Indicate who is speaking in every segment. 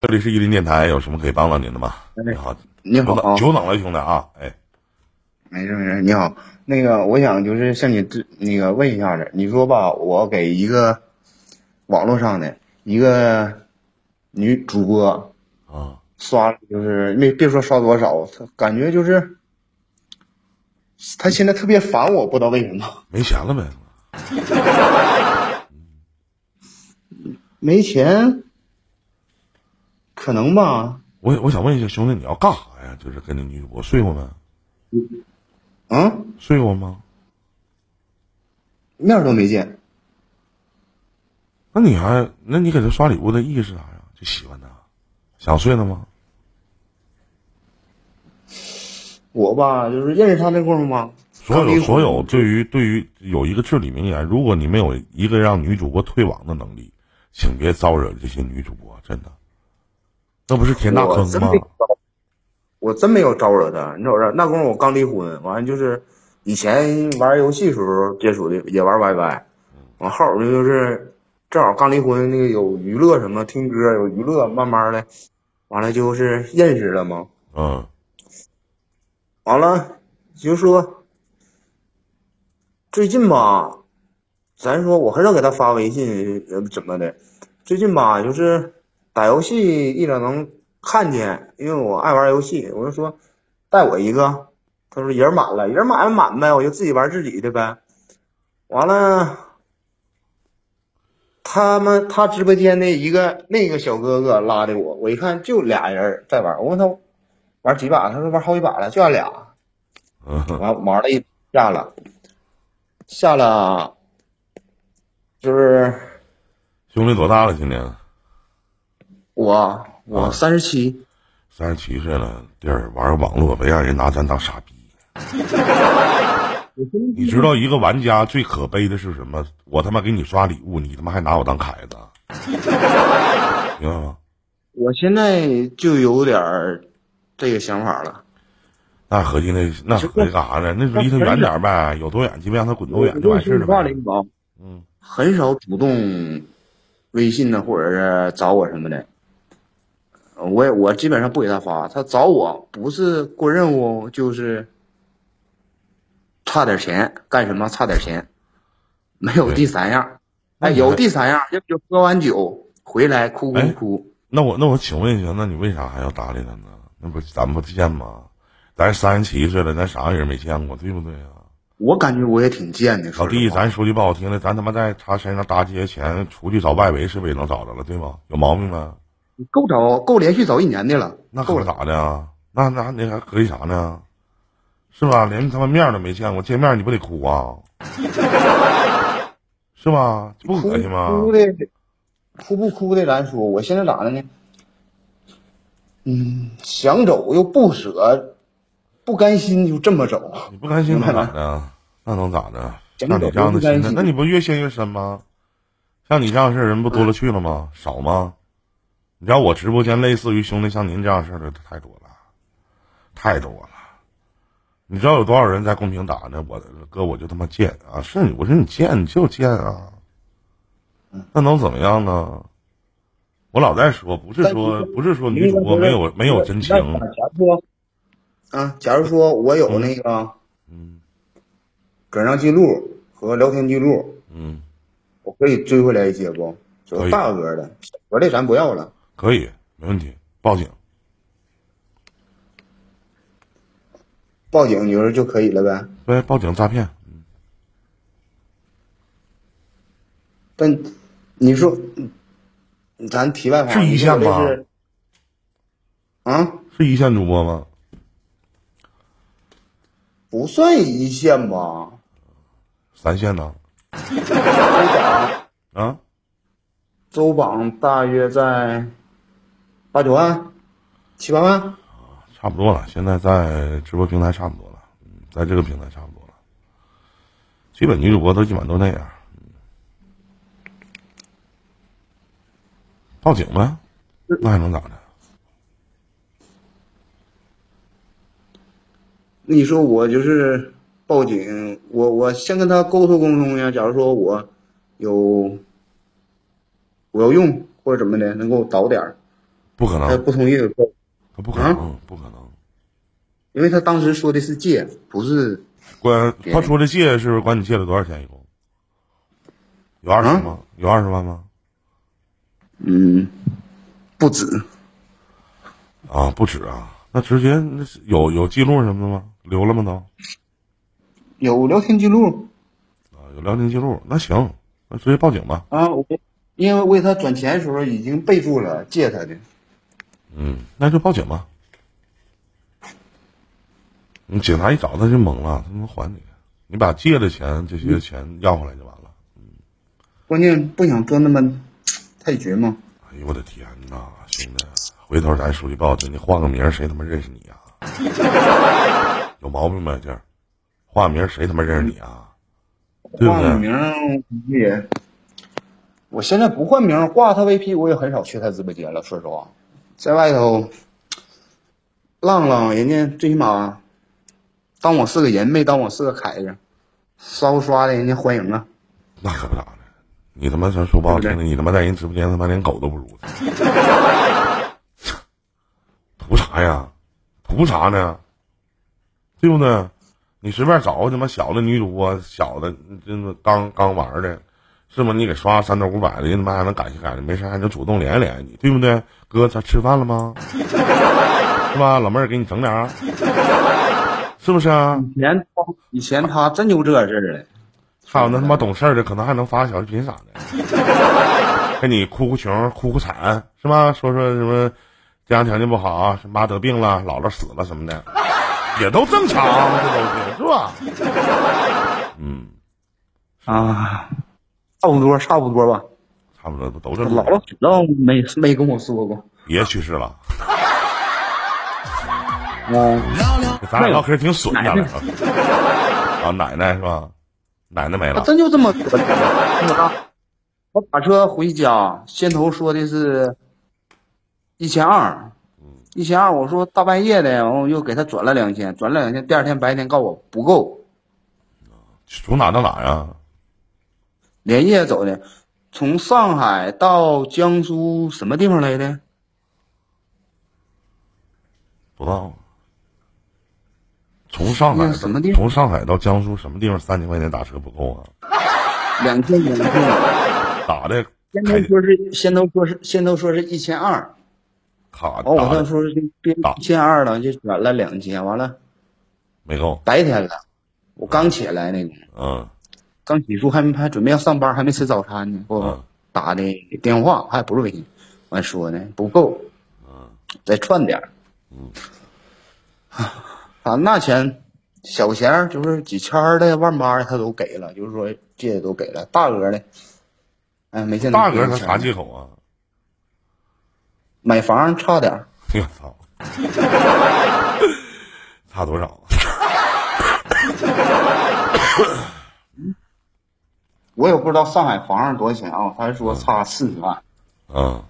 Speaker 1: 这里是伊林电台，有什么可以帮到您的吗？你好，
Speaker 2: 你哎好哦
Speaker 1: 久等久等了，兄弟啊！哎，
Speaker 2: 没事没事，你好，那个我想就是向你咨那个问一下子，你说吧，我给一个网络上的一个女主播
Speaker 1: 啊，
Speaker 2: 刷了，就是没别说刷多少，她感觉就是她现在特别烦我，不知道为什么，
Speaker 1: 没钱了呗？
Speaker 2: 没钱，可能吧，
Speaker 1: 我我想问一下，兄弟，你要干啥呀？就是跟那女主播睡过没？
Speaker 2: 嗯，
Speaker 1: 睡过吗？
Speaker 2: 面儿都没见，
Speaker 1: 那你还，那你给她刷礼物的意义是啥呀？就喜欢她，想睡她吗？
Speaker 2: 我吧就是认识她那功夫吧，
Speaker 1: 所
Speaker 2: 刚离
Speaker 1: 有
Speaker 2: 婚
Speaker 1: 所有，对于对于有一个至理名言：如果你没有一个让女主播退网的能力，请别招惹这些女主播，真的，那不是填大
Speaker 2: 我
Speaker 1: 坑
Speaker 2: 真
Speaker 1: 吗
Speaker 2: 没？招我真没有招惹他，你知道啥？那功夫我刚离婚，完了就是以前玩游戏时候接触的，也玩 YY，完后来就是正好刚离婚，那个有娱乐什么听歌有娱乐，慢慢的，完了就是认识了嘛，
Speaker 1: 嗯，
Speaker 2: 完了就说最近吧，咱说我很少给他发微信呃怎么的，最近吧就是打游戏一整能看见，因为我爱玩游戏，我就说带我一个，他说人满了，人满就满呗，我就自己玩自己的呗，完了。他们他直播间的一个那个小哥哥拉的我，我一看就俩人在玩，我问他玩几把，他说玩好几把了，就俺俩，
Speaker 1: 嗯哼
Speaker 2: 完玩了一下了，下了，就是
Speaker 1: 兄弟多大了？今年
Speaker 2: 我
Speaker 1: 啊
Speaker 2: 我三十七，
Speaker 1: 三十七岁了，弟儿玩网络别让人拿咱当傻 逼。你知道一个玩家最可悲的是什么？我他妈给你刷礼物，你他妈还拿我当凯 子，明白吗？
Speaker 2: 我现在就有点儿这个想法了。
Speaker 1: 那合计那那合计干啥呢？那就离他远点儿呗，有多远鸡巴让他滚多远就完事儿了
Speaker 2: 话
Speaker 1: 呗
Speaker 2: 里。啊，
Speaker 1: 嗯，
Speaker 2: 很少主动微信呢，或者是找我什么的。呃我也我基本上不给他发，他找我不是过任务就是差点钱，干什么差点钱，没有第三样。
Speaker 1: 那
Speaker 2: 哎，
Speaker 1: 你还
Speaker 2: 有第三样，要不就喝完酒回来哭哭
Speaker 1: 哎
Speaker 2: 哭。
Speaker 1: 那我那我请问一下，那你为啥还要搭理他呢？那不咱不见吗？咱三十七岁了，咱啥人没见过，对不对啊？
Speaker 2: 我感觉我也挺贱的，
Speaker 1: 老
Speaker 2: 说
Speaker 1: 弟，
Speaker 2: 实话。
Speaker 1: 咱说句不好听的，咱他妈在他身上搭这些钱，出去找外围是不是也能找着了，对吗？有毛病吗？
Speaker 2: 够找够连续找一年的了，
Speaker 1: 那可
Speaker 2: 够
Speaker 1: 不
Speaker 2: 了。
Speaker 1: 咋的啊，那那那还合计啥呢？是吧？连他妈面儿都没见过，见面儿你不得哭啊？ 是吧？这不
Speaker 2: 哭
Speaker 1: 恶心吗？
Speaker 2: 哭的，哭不哭的咱说，我现在咋的呢？嗯，想走又不舍，不甘心就这么走。
Speaker 1: 你不甘心能咋的？那能咋的？
Speaker 2: 真
Speaker 1: 像
Speaker 2: 的
Speaker 1: 你这样的
Speaker 2: 我不甘
Speaker 1: 心态，
Speaker 2: 心
Speaker 1: 那你不越陷越深吗？像你这样的事儿人不多
Speaker 2: 嗯
Speaker 1: 了去了吗？少吗？你知道我直播间类似于兄弟像您这样的事儿的太多了，太多了。你知道有多少人在公屏打呢？我哥，我就他妈贱啊！是你，我说你贱，你就贱啊！
Speaker 2: 嗯
Speaker 1: 那能怎么样呢？我老在说，不是说不是说女主播没有没有真情，
Speaker 2: 那假如说，啊，假如说我有那个
Speaker 1: 嗯
Speaker 2: 转账记录和聊天记录，
Speaker 1: 嗯，
Speaker 2: 我可以追回来一些不？就
Speaker 1: 可
Speaker 2: 是
Speaker 1: 以
Speaker 2: 大额的，小额的咱不要了。
Speaker 1: 可以，没问题，报警。
Speaker 2: 报警就是就可以了呗。
Speaker 1: 对，报警诈骗。
Speaker 2: 但你说，嗯咱题外话，
Speaker 1: 是一
Speaker 2: 你说
Speaker 1: 线吗
Speaker 2: 这是？啊，
Speaker 1: 是一线主播吗？
Speaker 2: 不算一线吧？
Speaker 1: 三线呢？ 啊，
Speaker 2: 周榜大约在八九万、七八万。
Speaker 1: 差不多了，现在在直播平台差不多了，嗯，在这个平台差不多了。基本女主播都基本都那样。嗯报警呗，那还能咋的？
Speaker 2: 你说我就是报警，我我先跟他沟通沟通呀。假如说我有我要用或者怎么的，能给我倒点儿，
Speaker 1: 不可
Speaker 2: 他
Speaker 1: 能，
Speaker 2: 不同意的购，
Speaker 1: 他不可
Speaker 2: 嗯
Speaker 1: 能，不可能。
Speaker 2: 因为他当时说的是借，不是
Speaker 1: 管
Speaker 2: 别
Speaker 1: 他说的借是管你借了多少钱？一共有二十
Speaker 2: 嗯
Speaker 1: 吗？有二十万吗？
Speaker 2: 嗯，不止，
Speaker 1: 啊，不止啊，那直接那是有有记录什么的吗？留了吗都？
Speaker 2: 有聊天记录
Speaker 1: 啊，有聊天记录，那行，那直接报警吧。
Speaker 2: 啊，我因为为他转钱的时候已经备注了借他的，
Speaker 1: 嗯，那就报警吧。你警察一找他就懵了，他能还你？你把借的钱这些钱要回来就完了。
Speaker 2: 关键不想做那么太绝嘛。
Speaker 1: 哎呦我的天呐，兄弟，回头咱书记报警，你换个名儿谁他妈认识你啊？ 有毛病吧这儿？换名儿谁他妈认识你啊？对不
Speaker 2: 换个
Speaker 1: 对？
Speaker 2: 名儿也，我现在不换名儿，挂他 VP，我也很少去他直播间了。说实话，在外头浪浪，人家最起码当我是个人，没当我是个凯子，烧刷的人家欢迎啊。
Speaker 1: 那可不咋的，你他妈咱说不好
Speaker 2: 对
Speaker 1: 听
Speaker 2: 不
Speaker 1: 的，你他妈在人直播间他妈连狗都不如，图啥呀？图啥呢？对不对？你随便找个他妈小的女主播，小的就是刚刚玩的，是吗？你给刷三头五百的，人他妈还能感谢感谢，没事还能主动联系联系你，对不对？哥，咱吃饭了吗？ 是吧？老妹儿，给你整点儿，啊 是不是啊？
Speaker 2: 以前他以前他真就这事儿了，
Speaker 1: 还有那他妈懂事儿的，可能还能发个小视频啥的， 跟你哭哭穷、哭哭惨是吧？说说什么家庭条件不好啊，什么妈得病了、姥姥死了什么的，也都正常，这都是是吧？ 嗯，
Speaker 2: 啊，差不多差不多吧。
Speaker 1: 差不多不都这
Speaker 2: 姥
Speaker 1: 么
Speaker 2: 姥知道没没跟我说过，
Speaker 1: 别去世了，
Speaker 2: 嗯，
Speaker 1: 咱俩唠嗑挺损，
Speaker 2: 奶
Speaker 1: 咱俩 啊，奶
Speaker 2: 奶
Speaker 1: 奶是吧？奶奶没
Speaker 2: 他
Speaker 1: 了，
Speaker 2: 啊真就这么说的。我我打车回家，先头说的是一千二，一千二，我说大半夜的，完我又给他转了两千，转了两千，第二天白天告我不够，
Speaker 1: 从哪到啊哪呀？
Speaker 2: 连夜走的，从上海到江苏什么地方来的？
Speaker 1: 不知道。从上海
Speaker 2: 那什么地方
Speaker 1: 从上海到江苏什么地方三千块钱打车不够啊？
Speaker 2: 两千两千，
Speaker 1: 打的
Speaker 2: 先头说是先头说是先头说是一千二，
Speaker 1: 卡
Speaker 2: 完哦我
Speaker 1: 打
Speaker 2: 跟他
Speaker 1: 的
Speaker 2: 说是变
Speaker 1: 打
Speaker 2: 一千二了，就转了两千，完了
Speaker 1: 没够，
Speaker 2: 白天了，我刚起来那个。
Speaker 1: 嗯
Speaker 2: 刚洗漱还没还准备要上班，还没吃早餐呢，不、
Speaker 1: 嗯
Speaker 2: 打的电话还不是微信，完说呢不够，
Speaker 1: 嗯
Speaker 2: 再串点儿， 啊，那钱小钱儿就是几千儿的、万八的他都给了，就是说借的都给了，大额的，哎没见
Speaker 1: 大
Speaker 2: 哥
Speaker 1: 哥他啥借口啊？
Speaker 2: 买房差点儿，
Speaker 1: 我操，差多少？啊
Speaker 2: 我也不知道上海房子多少钱啊，他说差四十万，
Speaker 1: 嗯，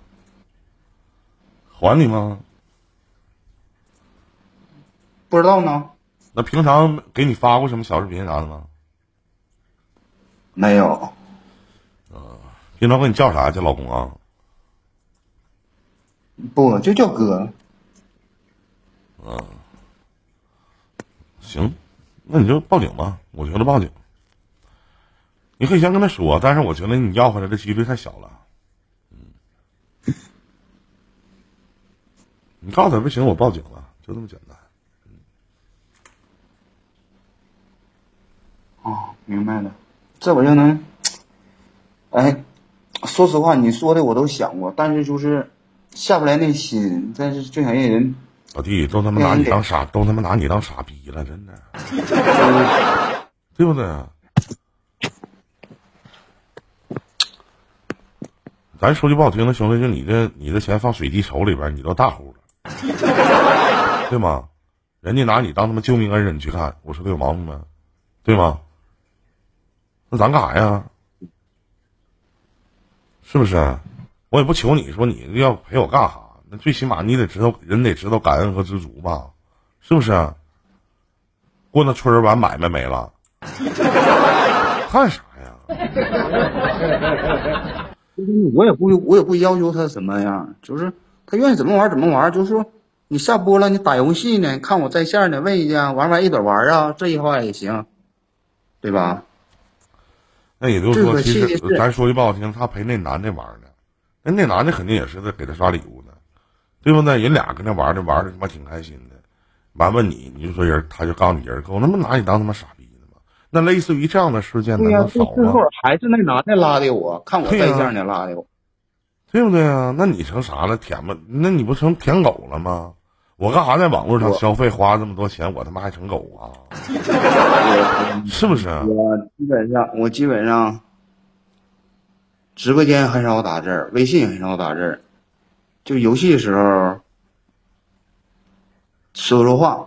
Speaker 1: 还你吗？
Speaker 2: 不知道呢，
Speaker 1: 那平常给你发过什么小视频啥的吗？
Speaker 2: 没有，
Speaker 1: 平常管你叫啥叫老公啊？
Speaker 2: 不就叫哥，
Speaker 1: 行，那你就报警吧，我觉得报警。你可以先跟他说，但是我觉得你要回来的几率太小了。嗯，你告诉他不行，我报警了，就这么简单。
Speaker 2: 哦，明白了，这我就能，哎，说实话，你说的我都想过，但是就是下不来那心，但是就想让人，
Speaker 1: 老弟，都他妈拿你当傻，都他妈拿你当傻逼了，真的，对不啊对？咱说句不好听的，兄弟，就你这你这钱放水滴筹里边，你都大户了，对吗？人家拿你当他妈救命恩人你去看，我说他有毛病呗，对吗？那咱干啥呀？是不是？啊我也不求你说你要陪我干啥，那最起码你得知道人得知道感恩和知足吧，是不是？过那春儿完买卖没了，看啥呀？
Speaker 2: 我也不我也不要求他什么样，就是他愿意怎么玩怎么玩，就是说你下播了，你打游戏呢，看我在线呢，问一下，玩完一点玩啊，这一话也行，对吧？
Speaker 1: 那也就是
Speaker 2: 这
Speaker 1: 说，
Speaker 2: 个
Speaker 1: 其
Speaker 2: 其
Speaker 1: 实
Speaker 2: 实是
Speaker 1: 咱说句不好听，他陪那男的玩呢，那那男的肯定也是在给他刷礼物呢，对不对？人俩跟那玩的玩的他妈挺开心的，完问你，你就说人，他就告诉你人够，那不拿你当他妈傻逼呢吗？那类似于这样的事件
Speaker 2: 对
Speaker 1: 难
Speaker 2: 呀、
Speaker 1: 道
Speaker 2: 这
Speaker 1: 少
Speaker 2: 最后
Speaker 1: 吗？
Speaker 2: 还是那男的拉的我，看我
Speaker 1: 对
Speaker 2: 在
Speaker 1: 呀
Speaker 2: 线呢拉的我。
Speaker 1: 对不对啊？那你成啥了？舔吧？那你不成舔狗了吗？我干啥在网络上
Speaker 2: 我
Speaker 1: 消费花这么多钱，我他妈还成狗啊？是不是？啊
Speaker 2: 我基本上，我基本上，直播间很少打字儿，微信也很少打字儿，就游戏的时候说说话。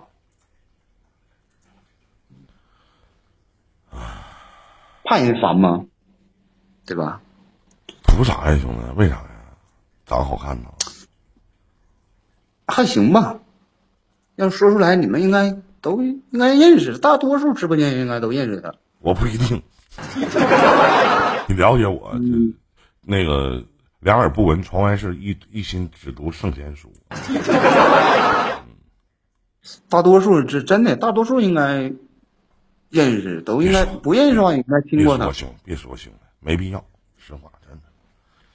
Speaker 2: 怕人烦吗？对吧？
Speaker 1: 图啥呀，兄弟？为啥呀？长得好看呢？
Speaker 2: 还行吧。要说出来，你们应该都应该认识，大多数直播间应该都认识他。
Speaker 1: 我不一定。你了解我，
Speaker 2: 嗯
Speaker 1: 这那个两耳不闻窗外事，一一心只读圣贤书。
Speaker 2: 大多数是真的，大多数应该认识，都应该
Speaker 1: 别说
Speaker 2: 不认识的话，应该听
Speaker 1: 别
Speaker 2: 过
Speaker 1: 说
Speaker 2: 他，
Speaker 1: 兄，别说兄弟，没必要，实话真的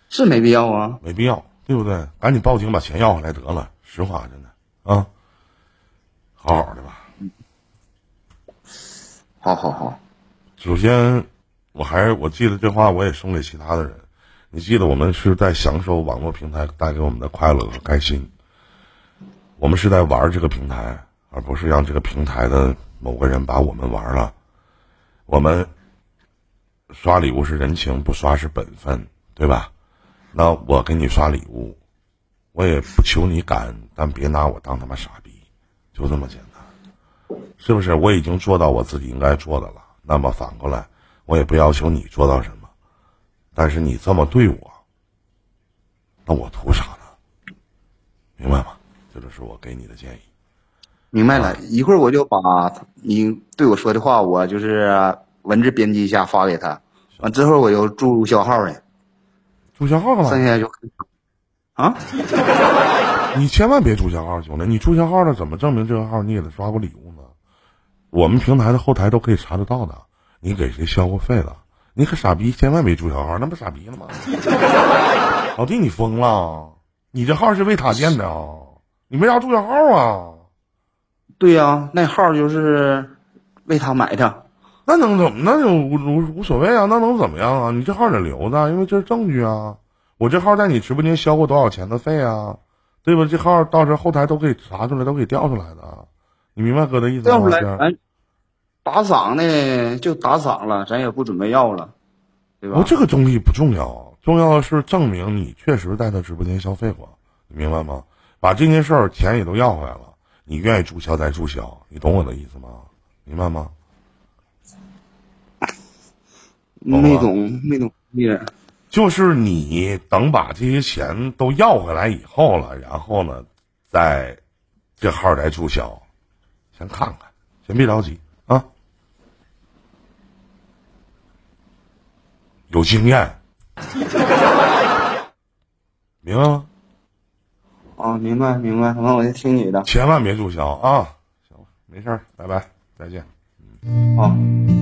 Speaker 2: 是没必要啊。
Speaker 1: 没必要，对不对？赶紧报警把钱要回来得了，实话真的啊，好好的吧。
Speaker 2: 好好好，
Speaker 1: 首先，我还是我记得这话，我也送给其他的人。你记得我们是在享受网络平台带给我们的快乐和开心，我们是在玩这个平台，而不是让这个平台的某个人把我们玩了。我们刷礼物是人情，不刷是本分，对吧？那我给你刷礼物，我也不求你感恩，但别拿我当他妈傻逼，就这么简单。是不是？我已经做到我自己应该做的了。那么反过来，我也不要求你做到什么，但是你这么对我，那我图啥呢？明白吗？这就是我给你的建议。
Speaker 2: 明白了。一会儿我就把你对我说的话，我就是呃文字编辑一下发给他。完之后我就注入消耗了，
Speaker 1: 注销号
Speaker 2: 剩
Speaker 1: 了，
Speaker 2: 下就啊，
Speaker 1: 你千万别注销号，兄弟！你注销号了，怎么证明这个号你也得刷过礼物呢？我们平台的后台都可以查得到的。你给谁消过费了？你可傻逼，千万别注销号，那不傻逼了吗？老弟，你疯了？你这号是为他建的啊？你为啥注销号啊？
Speaker 2: 对呀、那号就是为他买的，
Speaker 1: 那能怎么？那就无无无所谓啊，那能怎么样啊？你这号得留着，因为这是证据啊。我这号在你直播间消过多少钱的费啊？对吧？这号到时候后台都可以查出来，都可以调出来的。啊你明白哥的意思吗？
Speaker 2: 要不然
Speaker 1: 这样
Speaker 2: 咱打赏呢就打赏了，咱也不准备要了，对吧？
Speaker 1: 我这个东西不重要，啊重要的是证明你确实在他直播间消费过，你明白吗？把这件事儿钱也都要回来了，你愿意注销再注销，你懂我的意思吗？明白吗？
Speaker 2: 没懂没懂意思。
Speaker 1: 就是你等把这些钱都要回来以后了，然后呢，再这号儿来注销，先看看，先别着急啊。有经验，明白吗？
Speaker 2: 啊，明白明白，完我就听你的
Speaker 1: 千万别注销啊！行了，没事儿，拜拜，再见。
Speaker 2: 啊。